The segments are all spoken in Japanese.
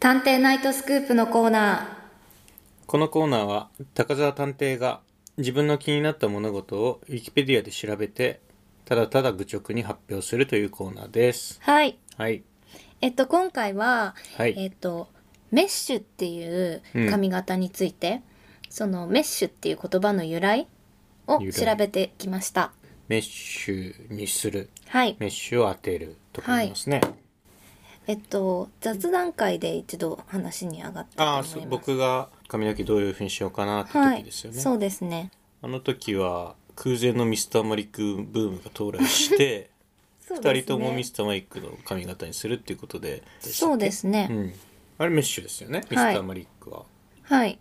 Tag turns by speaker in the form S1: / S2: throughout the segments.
S1: 探偵ナイトスクープのコーナ
S2: このコーナーは高澤探偵が自分の気になった物事をウィキペディアで調べてただただ愚直に発表するというコーナーです
S1: ー。はい。
S2: はい
S1: えっと、今回は、
S2: はい
S1: えっと、メッシュっていう髪型について、そのメッシュっていう言葉の由来を
S2: 由
S1: 調
S2: 来
S1: べてきました。
S2: メッシュにする
S1: はい。
S2: メッシュを当てるとか言いますね、
S1: えっと、雑談会で一度話に上がったと
S2: あ
S1: 思い
S2: あ
S1: ます。
S2: そう僕が髪の毛どういうふうにしようかなって
S1: は
S2: 時
S1: い
S2: です。よね、
S1: そうですね。
S2: あの時は空前のミスターマリックブームが到来 して
S1: そうです
S2: 二
S1: ね
S2: 人ともミスターマリックの髪型にするっていうことで、
S1: そうですすね。
S2: うん、あれメッシュですよね、ミスターマリックは
S1: はい。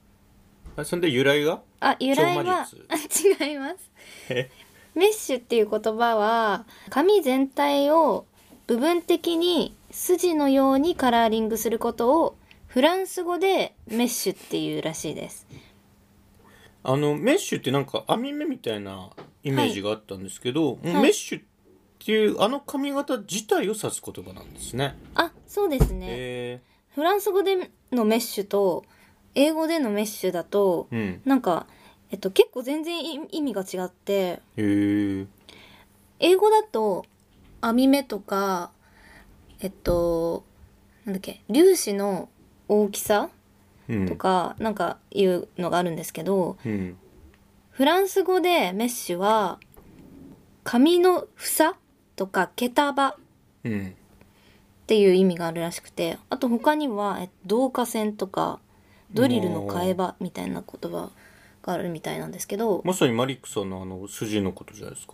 S2: あれそれで由来が
S1: あ、由来は
S2: 超、
S1: あ
S2: 魔
S1: 違います。
S2: え
S1: メッシュっていう言葉は髪全体を部分的に筋のようにカラーリングすることをフランス語でメッシュっていうらしいです。
S2: あのメッシュってなんか網目みたいなイメージがあったんですけど、もう
S1: はい
S2: メッシュっていうあの髪型自体を指す言葉なんですね。
S1: あ、そうですね。
S2: え
S1: フランス語でのメッシュと英語でのメッシュだと
S2: ー、うん。
S1: なんかえっと結構全然意意味が違って
S2: えー、
S1: 英語だと網目とかえっとなんだっけ粒子の大きさ
S2: うん。
S1: とかなんかいうのがあるんですけど
S2: うん。
S1: フランス語でメッシュは髪の房とか毛束っ
S2: うん。
S1: ていう意味があるらしくてあと他にはえ導火線とかドリルの替え刃みたいな言葉があるみたいなんですけど
S2: まさにマリックさんのあの筋のことじゃないですか。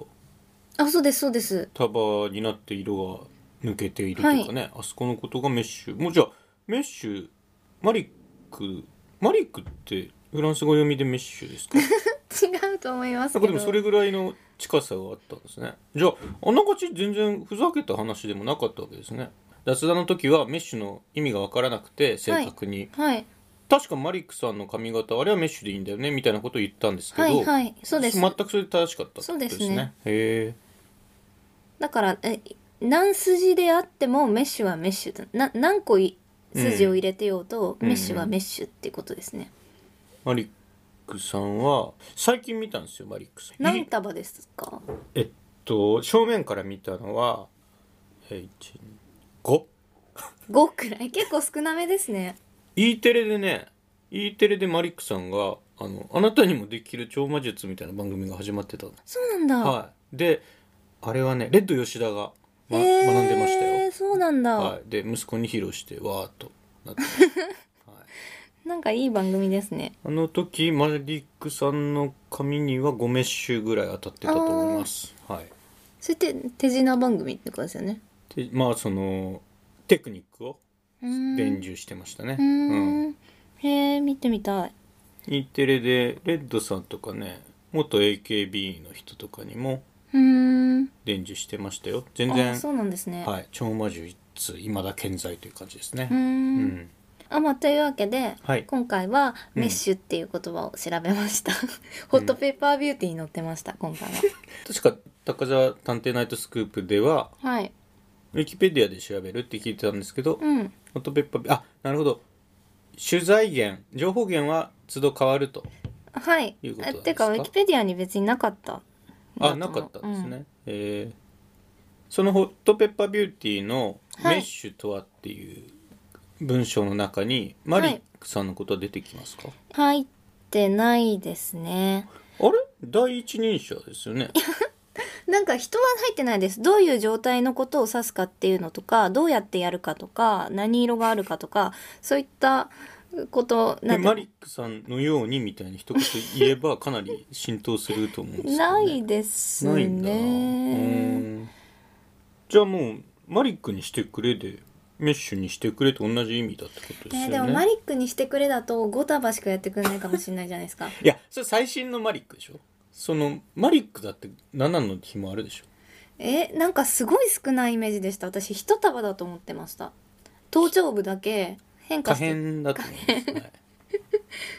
S1: あそうですそうです
S2: 束になって色が抜けているというかね、あそこのことがメッシュ。もうじゃあメッシュマリックマリックってフランス語読みでメッシュですか？
S1: 違うと思います
S2: なん
S1: け
S2: か
S1: ど
S2: でもそれぐらいの近さがあったんですねじゃああながち全然ふざけた話でもなかったわけですね雑談の時はメッシュの意味が分からなくて正確に、
S1: はい
S2: 確かマリックさんの髪型あれはメッシュでいいんだよねみたいなことを言ったんですけど、
S1: はいはいそうです
S2: 全くそれで正しかったってことですね
S1: そうですね
S2: へ
S1: だからえ何筋であってもメッシュはメッシュだな何個い筋を入れてようと、
S2: うん
S1: メッシュはメッシュっていうことですね、
S2: えマリックさんは最近見たんですよマリックさん
S1: 何
S2: い
S1: 束ですか
S2: えっと正面から見たのはえ125
S1: 5くらい結構少なめですね
S2: E テレでね E テレでマリックさんがあの「あなたにもできる超魔術」みたいな番組が始まってたの
S1: そうなんだ、
S2: はいであれはねレッド吉田が、ま
S1: へー
S2: 学んでましたよ、
S1: そうなんだ、
S2: はい、で息子に披露してわーっとなってはい
S1: なんかいい番組ですね
S2: あの時マリックさんの髪には5メッシュぐらい当たってたと思いますはい
S1: それって手品番組ってことですよね
S2: でまあそのテクニックを
S1: うーん
S2: 伝授してましたね
S1: うーん、へえ見てみたい
S2: E テレでレッドさんとかね元 AKB の人とかにも
S1: うーん
S2: 伝授してましたよ全
S1: あ
S2: 然
S1: そうなんですね、
S2: はい超魔術いまだ健在という感じですね
S1: うー、
S2: うんん
S1: あまあ、というわけで、
S2: はい
S1: 今回は「
S2: うん
S1: メッシュ」っていう言葉を調べました、ホットペーパービューティーに載ってました今 回は
S2: 確か高澤探偵ナイトスクープでは
S1: はい
S2: ウィキペディアで調べるって聞いてたんですけど、
S1: うん
S2: ホットペッパーあなるほど取材源情報源は都度変わると
S1: はい
S2: いうことなんですか
S1: えてかウィキペディアに別になかった
S2: あなかったんですね、えーそのホットペッパービューティーの「
S1: はい
S2: メッシュとは」っていう文章の中にマリックさんのことは出てきますか、
S1: うん入ってないですね
S2: あれ第一人者ですよね
S1: なんか人は入ってないですどういう状態のことを指すかっていうのとかどうやってやるかとか何色があるかとかそういったこと
S2: で
S1: んて
S2: マリックさんのようにみたいな一言言えばかなり浸透すると思うんですけ
S1: な
S2: ど、
S1: い
S2: ね、
S1: です
S2: な
S1: ね
S2: いんだなうーんじゃあもうマリックにしてくれでメッシュにしてくれと同じ意味だってことです
S1: え
S2: よ
S1: ー
S2: ね、
S1: でもマリックにしてくれだと5束しかやってくれないかもしれないじゃないですか
S2: いやそれ最新のマリックでしょそのマリックだって7の日もあるでしょ
S1: えなんかすごい少ないイメージでした私1束だと思ってました頭頂部だけ変化
S2: 可
S1: して
S2: 変だと思うんですよね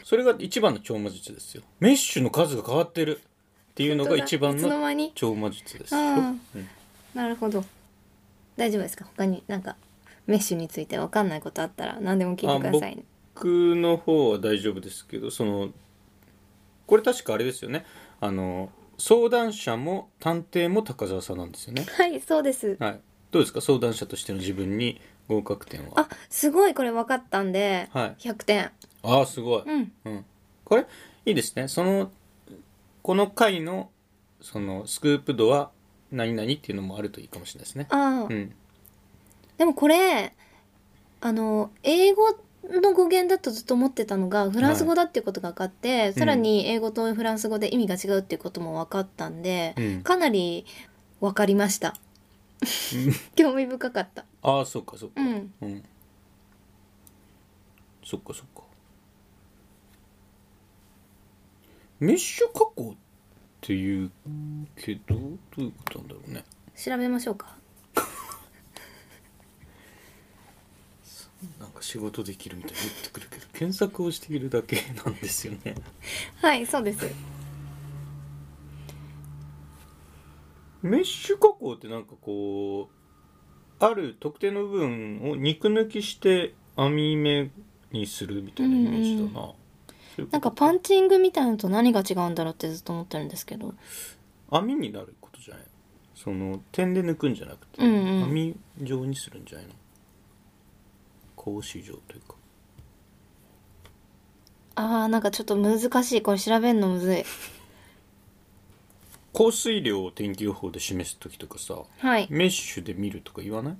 S2: それが一番の超魔術ですよメッシュの数が変わってるっていうのが一番
S1: いつの
S2: の
S1: 間に
S2: 超魔術ですよ、
S1: あー
S2: うん
S1: なるほど大丈夫ですか他になんかメッシュについてわかんないことあったら何でも聞いてくださいね
S2: 僕の方は大丈夫ですけどそのこれ確かあれですよねあの相談者も探偵も高澤さんなんですよね
S1: はいそうです
S2: はいどうですか相談者としての自分に合格点は
S1: あすごいこれ分かったんで、
S2: はい
S1: 100点
S2: ああすごい、
S1: うん
S2: うん、これいいですねそのこの回のそのスクープ度は何々っていうのもあるといいかもしれないですね
S1: ああ、
S2: うん
S1: でもこれあの英語の語源だとずっと思ってたのがフランス語だっていうことが分かって、さらに英語とフランス語で意味が違うっていうことも分かったんで、
S2: うん
S1: かなり分かりました興味深かった
S2: ああそうかそうか
S1: うん
S2: うん、そっかそっかメッシュ加工っていうけどどういうことなんだろうね
S1: 調べましょうか
S2: なんか仕事できるみたいに言ってくるけど検索をしているだけなんですよね
S1: はいそうです
S2: メッシュ加工ってなんかこうある特定の部分を肉抜きして網目にするみたいなイメージだな、そういうこと
S1: なんかパンチングみたいなのと何が違うんだろうってずっと思ってるんですけど
S2: 網になることじゃないその点で抜くんじゃなくて、
S1: うんうん
S2: 網状にするんじゃないの格子状というか
S1: あーなんかちょっと難しいこれ調べるのむずい
S2: 降水量を天気予報で示す時とかさ
S1: はい
S2: メッシュで見るとか言わない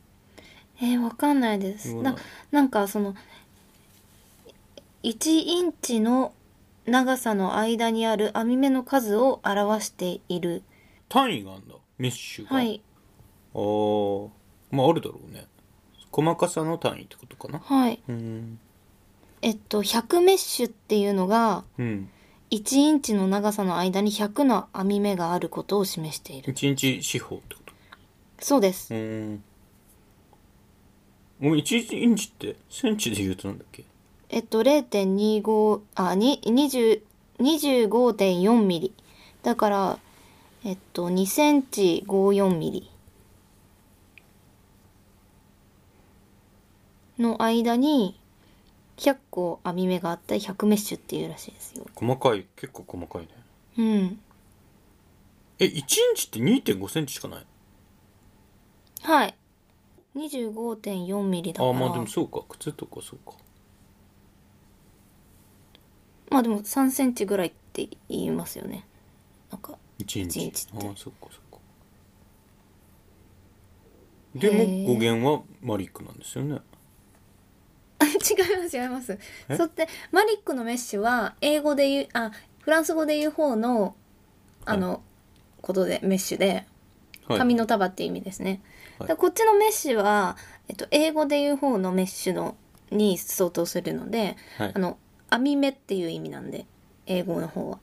S1: えー、わかんないです
S2: 言わない
S1: ななんかその1インチの長さの間にある網目の数を表している
S2: 単位があるんだメッシュが、
S1: はい
S2: あーまああるだろうね細かさの単位ってことかな
S1: はい
S2: うん
S1: えっと100メッシュっていうのが
S2: うん
S1: 1インチの長さの間に100の網目があることを示している
S2: 一日四方ってこと
S1: そうです
S2: うんもう1インチってセンチで言うとなんだっけ
S1: えっと、0.25あに20 25.4ミリだからえっと2センチ54ミリの間に100個網目があったり100メッシュっていうらしいですよ。
S2: 細かい結構細かいね
S1: うん。
S2: え1インチって2 5センチしかない
S1: はい。25.4ミリだ
S2: あ
S1: から
S2: ーまあでもそうか靴とかそうか
S1: まあでも3センチぐらいって言いますよね。なんか
S2: 1インチ
S1: 一インチって
S2: あーそうかそうかでも
S1: へー
S2: 語源はマリックなんですよね
S1: あ違います違います
S2: え
S1: そってマリックのメッシュは英語で言うあフランス語で言う方のあの、ことでメッシュで
S2: はい
S1: 髪の束っていう意味ですね、
S2: はい
S1: だからこっちのメッシュは、えっと、英語で言う方のメッシュのに相当するので
S2: はい
S1: あの網目っていう意味なんで英語の方は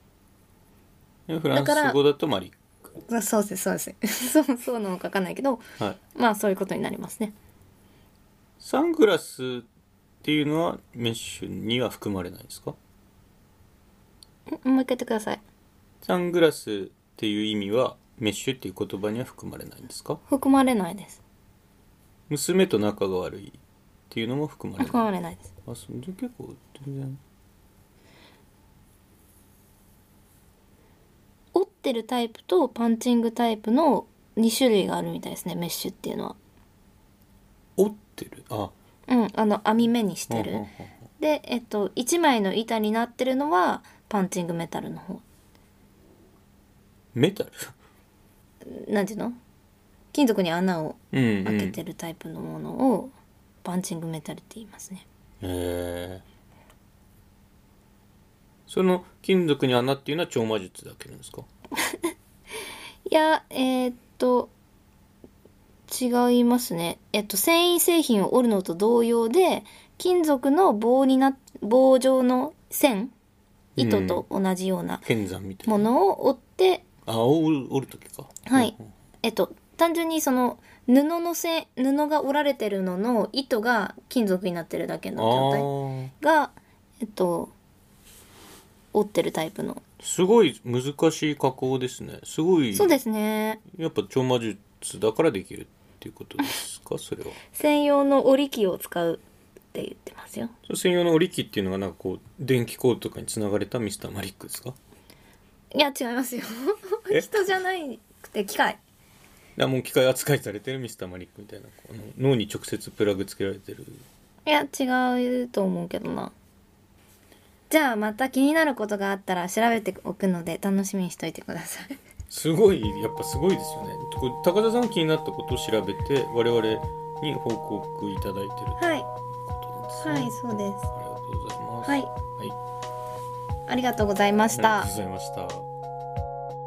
S2: でフラン
S1: だから
S2: ス語だとマリッ
S1: あそうですそうです そうそうなのか分かんないけど
S2: クはい
S1: まあそういうことになりますね
S2: サングラスっていうのはメッシュには含まれないんですか
S1: んもう一回言ってください
S2: サングラスっていう意味はメッシュっていう言葉には含まれないんですか
S1: 含まれないです
S2: 娘と仲が悪いっていうのも含まれない
S1: 含まれないです
S2: あそれで結構全然
S1: 折ってるタイプとパンチングタイプの2種類があるみたいですねメッシュっていうのは。
S2: 折ってるあ
S1: うん、あの網目にして
S2: うんう
S1: る
S2: んうん。
S1: で、えっと、1枚の板になってるのはパンチングメタルの方。
S2: メタル
S1: なんていうの金属に穴を
S2: うん、うん、
S1: 開けてるタイプのものをパンチングメタルって言いますね。
S2: へえその金属に穴っていうのは超魔術で開けるんですか
S1: いや、えーっと、違いますね。えっと、繊維製品を織るのと同様で、金属の棒にな、棒状の線、糸と同じような
S2: 剣山みたい
S1: も
S2: な
S1: のを折って、
S2: あ折る折る時か
S1: はい
S2: うんうん
S1: えっと、単純にその布の線、布が折られてるのの糸が金属になってるだけの状
S2: あ
S1: 態が、えっと、折ってるタイプの。
S2: あすごい難しい加工ですねすごい
S1: そうですね。
S2: やっぱ超魔術だからできるっっていうことです かそれは
S1: 専用の織り機を使うって言ってますよ
S2: その専用の織り機っていうのがなんかこう電気コードとかにつながれたミスターマリックですか
S1: いや違いますよ
S2: え
S1: 人じゃなくて機械
S2: あもう機械扱いされてるミスターマリックみたいなこうあの脳に直接プラグつけられてる
S1: いや違うと思うけどなじゃあまた気になることがあったら調べておくので楽しみにしといてください
S2: すごいやっぱすごいですよねこれ高田さんが気になったことを調べて我々に報告いただいてる
S1: はい
S2: ということ
S1: は
S2: なんですね、
S1: いそうです
S2: ありがとうございます
S1: はい
S2: はい
S1: ありがとうございました
S2: ありがとうございました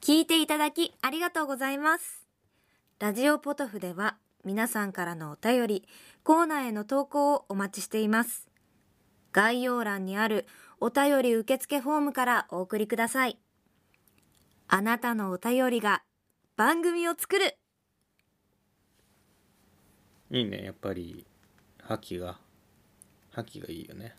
S1: 聞いていただきありがとうございます。ラジオポトフでは皆さんからのお便り、コーナーへの投稿をお待ちしています。概要欄にあるお便り受付フォームからお送りください。あなたのお便りが番組を作る
S2: いいねやっぱり覇気が覇気がいいよね